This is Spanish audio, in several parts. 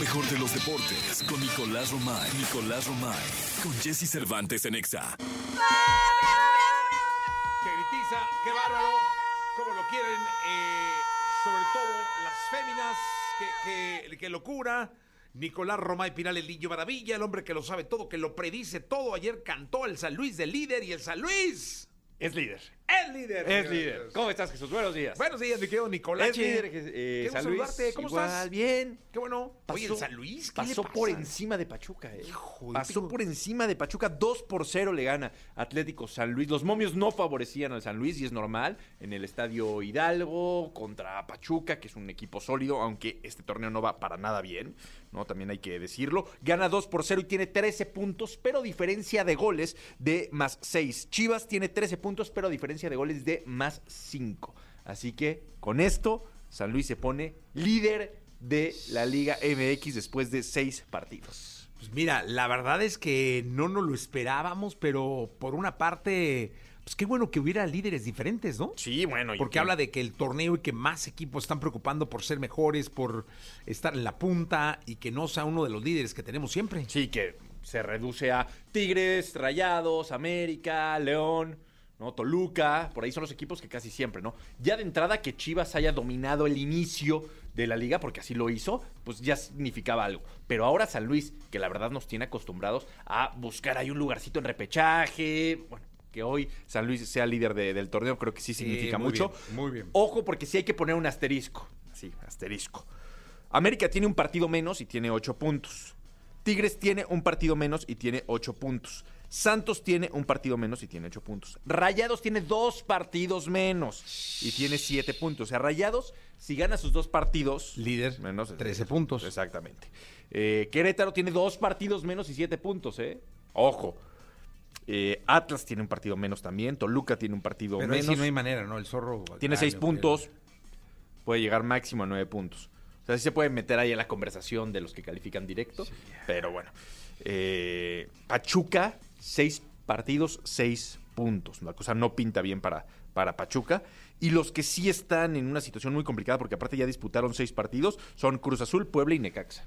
mejor de los deportes con Nicolás Romay. Nicolás Romay. Con Jesse Cervantes en Exa. que gritiza, qué bárbaro, cómo lo quieren, eh, sobre todo las féminas, que, que, que locura. Nicolás Romay Pinal, el niño maravilla, el hombre que lo sabe todo, que lo predice todo. Ayer cantó el San Luis del líder y el San Luis Es líder. es líder. Es líder. ¿Cómo estás, Jesús? Buenos días. Buenos días, mi querido Nicolás. es líder, eh, Qué San gusto Luis. saludarte, ¿cómo igual, estás? bien. Qué bueno. Oye, el Pasó- San Luis, ¿qué le Pasó pasa? por encima de Pachuca. eh. Hijo de pasó pico. por encima de Pachuca. 2 por 0 le gana Atlético San Luis. Los momios no favorecían al San Luis y es normal. En el estadio Hidalgo contra Pachuca, que es un equipo sólido, aunque este torneo no va para nada bien. no También hay que decirlo. Gana 2 por 0 y tiene 13 puntos, pero diferencia de goles de más 6. Chivas tiene 13 puntos, pero diferencia de goles de más 5. Así que con esto, San Luis se pone líder de la Liga MX después de 6 partidos. Pues mira, la verdad es que no nos lo esperábamos, pero por una parte, pues qué bueno que hubiera líderes diferentes, ¿no? Sí, bueno. y- Porque habla de que el torneo y que más equipos están preocupando por ser mejores, por estar en la punta y que no sea uno de los líderes que tenemos siempre. Sí, que se reduce a Tigres, Rayados, América, León, ¿no? Toluca, por ahí son los equipos que casi siempre, ¿no? Ya de entrada que Chivas haya dominado el inicio de la liga, porque así lo hizo, pues ya significaba algo. Pero ahora San Luis, que la verdad nos tiene acostumbrados a buscar ahí un lugarcito en repechaje, bueno, que hoy San Luis sea líder de- del torneo, creo que sí significa muy mucho. bien, muy bien. Ojo, porque sí hay que poner un asterisco. Sí, asterisco. América tiene un partido menos y tiene ocho puntos. Tigres tiene un partido menos y tiene ocho puntos. Santos tiene un partido menos y tiene ocho puntos. Rayados tiene dos partidos menos y tiene siete puntos. O sea, Rayados, si gana sus dos partidos. Líder, Menos es 13 líder. puntos. Exactamente. Eh, Querétaro tiene dos partidos menos y siete puntos, ¿eh? Ojo. Eh, Atlas tiene un partido menos también. Toluca tiene un partido Pero ahí menos. sí no hay manera, ¿no? El zorro. Tiene Ay, seis Ah, no, puntos. Puede llegar máximo a nueve puntos. O sea, sí se puede meter ahí a la conversación de los que califican directo. Pero bueno. Eh, Pachuca, seis partidos, seis puntos. La cosa no pinta bien para, para Pachuca. Y los que sí están en una situación muy complicada, porque aparte ya disputaron seis partidos, son Cruz Azul, Puebla y Necaxa.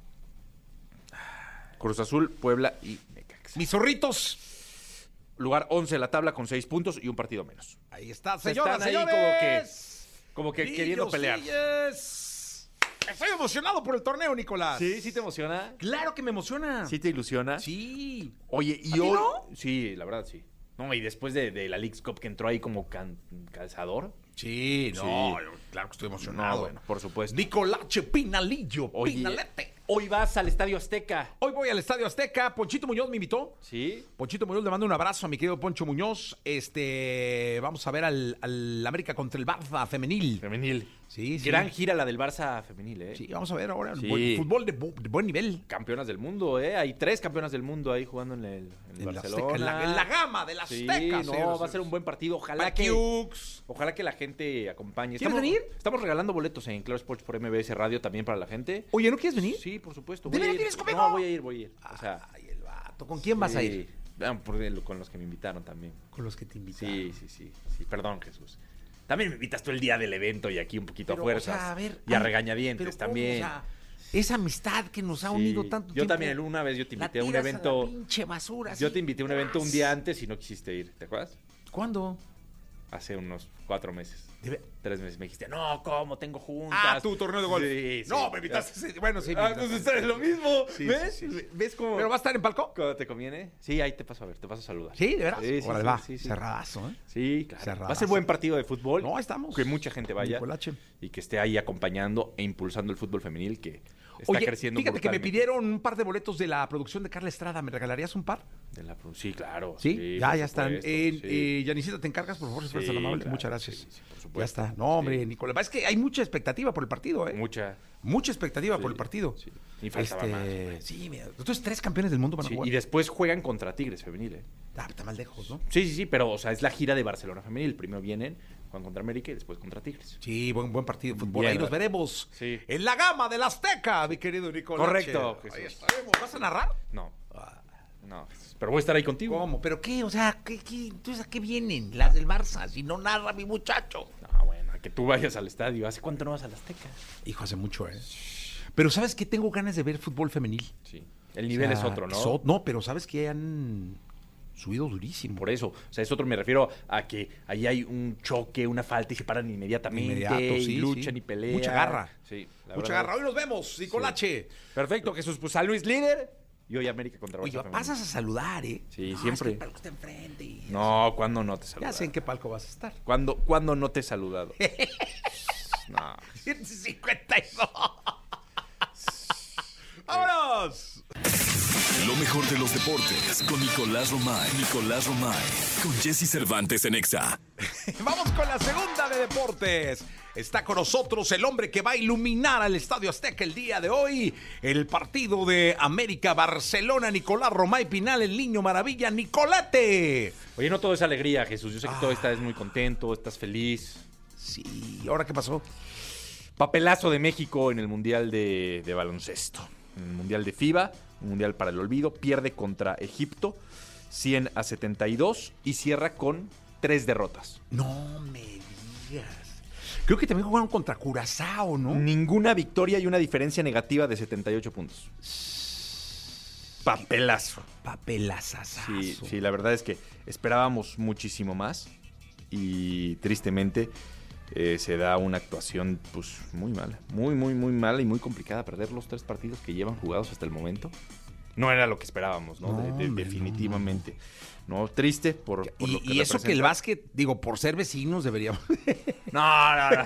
Cruz Azul, Puebla y Necaxa. Mis zorritos. Lugar 11 de la tabla con seis puntos y un partido menos. Ahí está, Se señoras, están ahí como señores. Como que queriendo Niños, pelear. niñes. Estoy emocionado por el torneo, Nicolás. Sí, sí te emociona. Claro que me emociona. ¿Sí te ilusiona? Sí. Oye, y ¿A ti hoy. no? Sí, la verdad sí. No, y después de, de la Leagues Cup que entró ahí como can- calzador. Sí, no, yo- claro que estoy emocionado. No, Ah, bueno, por supuesto. Nicolache Pinalillo, Oye, Pinalete. hoy vas al Estadio Azteca. Hoy voy al Estadio Azteca. Ponchito Muñoz me invitó. Sí. Ponchito Muñoz, le mando un abrazo a mi querido Poncho Muñoz. Este, vamos a ver al, al América contra el Barça femenil. Femenil. Sí, sí. Gran gira la del Barça femenil, ¿eh? Sí, vamos a ver ahora. Sí. buen- fútbol de, bu- de buen nivel. Campeonas del mundo, ¿eh? Hay tres campeonas del mundo ahí jugando en el, en el En la, Azteca, Barcelona. en la- en la gama de las Sí, Azteca. no, va a ser un buen partido. Ojalá que. Paquiux. Ojalá que la gente acompañe. ¿Quieres Estamos- venir? Estamos regalando boletos en Claro Sports por MBS Radio también para la gente. Oye, ¿no quieres venir? Sí, por supuesto. ¿De voy a veras ir. vienes conmigo? No, voy a ir, voy a ir. O sea, Ay, el vato. ¿Con quién vas a sí. ir? Ah. Ah, por el- con los que me invitaron también. Con los que te invitaron. Sí, sí, sí, sí. Perdón, Jesús. También me invitas tú el día del evento y aquí un poquito Pero, a o fuerzas. sea, a ver, y a ay, regañadientes pero ¿cómo? O también. sea, esa amistad que nos ha Sí. unido tanto Yo tiempo. también una vez yo te la invité a un tiras la evento. pinche basura. yo así. te invité a un evento un día antes y no quisiste ir, ¿te acuerdas? ¿Cuándo? Hace unos cuatro meses. Debe- Tres meses me dijiste, no, ¿cómo? Tengo juntas. Ah, tu torneo de golf. Sí, sí. no, me invitaste. sí, Bueno, sí. me Ah, invitaste. pues es lo mismo. Sí, ¿Ves? sí, sí. ¿Ves cómo? ¿Pero va a estar en palco? Cuando te conviene. Sí, ahí te paso a ver, te paso a saludar. Sí, de veras. Sí, sí, Órale, sí, va. sí, sí. Cerradazo, ¿eh? Sí, claro. Cerradazo. Va a ser buen partido de fútbol. No, ahí estamos. Que mucha gente vaya. Nicolache. Y que esté ahí acompañando e impulsando el fútbol femenil que está Oye, creciendo fíjate que me brutalmente. pidieron un par de boletos de la producción de Carla Estrada. ¿Me regalarías un par? De la pro- Sí, claro. Sí, ya, por ya están. supuesto, Eh, sí. eh, Yanisita, ¿te encargas, por favor, si fueras Sí, tan amable? claro, Muchas gracias. sí, sí, por ya supuesto. está. No, hombre, Nicolás. Es que hay mucha expectativa por el partido, ¿eh? Mucha. Mucha expectativa Sí, por el partido. Este, sí. Y faltaba más, hombre. Sí, mira. Entonces, tres campeones del mundo van a Sí, jugar. y después juegan contra Tigres femenil. eh. Ah, está mal lejos, ¿no? Sí, sí, sí, pero o sea, es la gira de Barcelona femenil. Primero vienen, juegan contra América y después contra Tigres. Sí, buen, buen partido de fútbol. Bien, Ahí nos ¿verdad? veremos. Sí. En la gama del Azteca, mi querido Nicolás. Correcto, Ahí Jesús. estaremos. ¿Vas a narrar? No. No, pero voy a estar ahí contigo. Ah. ¿Cómo? ¿Pero qué? O sea, ¿qué, qué? entonces ¿a qué vienen las del Barça? Si no narra mi muchacho. No, bueno, que tú vayas al estadio. ¿Hace cuánto no vas al Azteca? Hijo, hace mucho, ¿eh? Pero ¿sabes qué? Tengo ganas de ver fútbol femenil. Sí. El nivel O sea, es otro, ¿no? so- no, pero ¿sabes qué? Han subido durísimo. Por eso, o sea, es otro, me refiero a que ahí hay un choque, una falta y se paran inmediatamente, Inmediato, y sí, luchan sí. y pelean. Mucha garra. Sí, la Mucha verdad. garra. Hoy nos vemos, Nicolache. Perfecto, Jesús, pues San Luis líder y hoy América contra Barça Oye, femenino. pasas a saludar, ¿eh? Sí, No, es siempre. que el palco está enfrente. y- No, ¿cuándo no te Ya saludas? sé en qué palco vas a estar. ¿Cuándo, cuándo no te he saludado? no. 152. ¡Vámonos! Lo mejor de los deportes con Nicolás Romay. Nicolás Romay. Con Jesse Cervantes en Exa. Vamos con la segunda de deportes. Está con nosotros el hombre que va a iluminar al Estadio Azteca el día de hoy. El partido de América Barcelona, Nicolás Romay Pinal, el niño maravilla, Nicolate. Oye, no todo es alegría, Jesús. Yo sé que Ah. todo estás muy contento, estás feliz. Sí, ¿ahora qué pasó? Papelazo de México en el Mundial de, de Baloncesto. En el Mundial de FIBA, un Mundial para el Olvido. Pierde contra Egipto, 100 a 72 y cierra con tres derrotas. No me digas. Creo que también jugaron contra Curazao, ¿no? Ninguna victoria y una diferencia negativa de 78 puntos. Papelazo. Papelazazazo. Sí, sí, la verdad es que esperábamos muchísimo más y tristemente eh, se da una actuación pues muy mala, muy, muy, muy mala y muy complicada perder los tres partidos que llevan jugados hasta el momento. No era lo que esperábamos, ¿no? No, De- de- hombre, no, definitivamente. No, triste por, por Y, lo que y eso que el representa. básquet, digo, por ser vecinos deberíamos... No, no, no.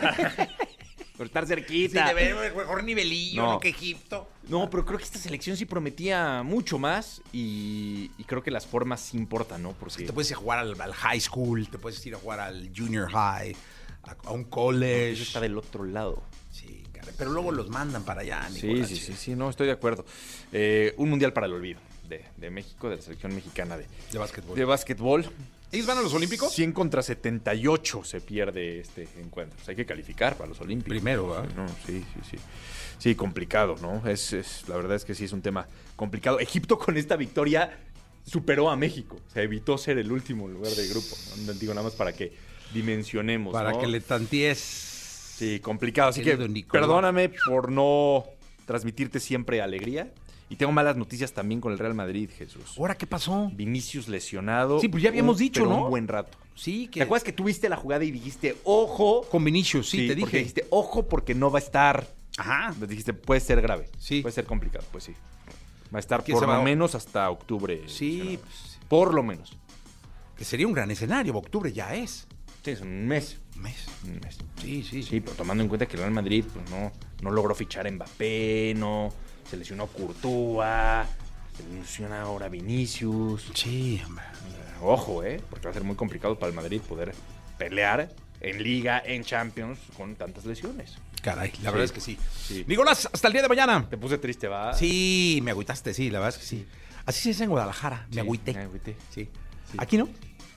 por estar cerquita. mejor nivelillo, No. ¿no? que Egipto. No, pero creo que esta selección sí prometía mucho más y, y creo que las formas sí importan, ¿no? Porque Te puedes ir a jugar al, al high school, te puedes ir a jugar al junior high, a, a un college. eso está del otro lado. Sí, cara, pero luego los mandan para allá, Sí, Nicolás. sí, sí, sí, no, estoy de acuerdo. Eh, un mundial para el olvido de, de México, de la selección mexicana de, De básquetbol. de básquetbol. ¿Ellos van a los Olímpicos? 100 contra 78 se pierde este encuentro. O sea, hay que calificar para los Olímpicos. Primero, ¿verdad? No, sí, sí, sí. Sí, complicado, ¿no? Es, es- la verdad es que sí es un tema complicado. Egipto con esta victoria superó a México. O sea, evitó ser el último lugar del grupo. ¿no? Digo, nada más para que dimensionemos. Para Pues ¿no? que le tantees. Sí, complicado. Así que Querido Nicolás. perdóname por no transmitirte siempre alegría. Y tengo malas noticias también con el Real Madrid, Jesús. ¿Ahora qué pasó? Vinicius lesionado. Sí, pues ya habíamos dicho, pero ¿no? Un buen rato. Sí, que... ¿Te acuerdas que tuviste la jugada y dijiste, ojo? Con Vinicius, sí, te dije. porque dijiste, ojo, porque no va a estar. Ajá. Nos dijiste, puede ser grave. Sí. Puede ser complicado, pues sí. Va a estar Que por se lo va- menos hasta octubre. Sí, lesionado. pues, Por lo menos. que sería un gran escenario. Octubre ya es. Sí, es un mes. Un mes. Un mes. Sí, sí, Sí, pero tomando en cuenta que el Real Madrid pues, no, no logró fichar a Mbappé, no, se lesionó Courtois, se lesiona ahora Vinicius. Sí, hombre. Ojo, ¿eh? Porque va a ser muy complicado para el Madrid poder pelear en Liga, en Champions, con tantas lesiones. Caray, la Sí. verdad es que sí. Sí. Nicolás, hasta el día de mañana. Te puse triste, ¿va? Sí, me agüitaste, sí, la verdad es que sí. Así se dice en Guadalajara, Sí, me agüité. Me agüité. Sí. Sí. Aquí no,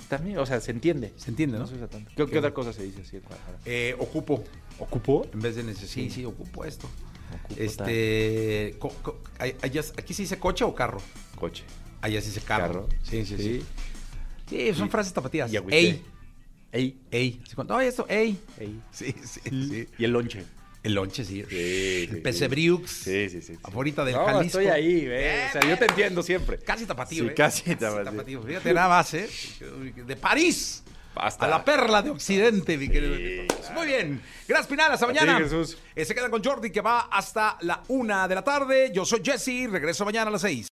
También, o sea, se entiende. se entiende, No ¿no? se usa tanto. ¿Qué, qué otra cosa se dice así en Guadalajara? Eh, ocupo, ¿Ocupó? en vez de necesito. Sí, sí, ocupo esto. Ocupo este, co- co- ay- allá- aquí se dice coche o carro. Coche. Allá se dice carro. Carro. Sí, sí, sí. Sí, son frases tapatías. Y agüité. Ey, Ey. ey. Así cuando, Oye, esto, ey. Ey. Sí, sí, sí. Y el lonche. El lonche, sí. Sí, sí, el pesebriux. Sí, sí, sí. sí. Aforita del no, Jalisco. estoy ahí, ¿eh? O sea, yo te entiendo siempre. Casi tapatío, Sí, ¿eh? casi tapatío. Fíjate nada más, ¿eh? De París. Hasta A la perla de Occidente, mi querido. claro. Muy bien. Gracias, Pinal. Hasta ti, mañana. Jesús. Eh, se quedan con Jordi, que va hasta la una de la tarde. Yo soy Jesse. Regreso mañana a las seis.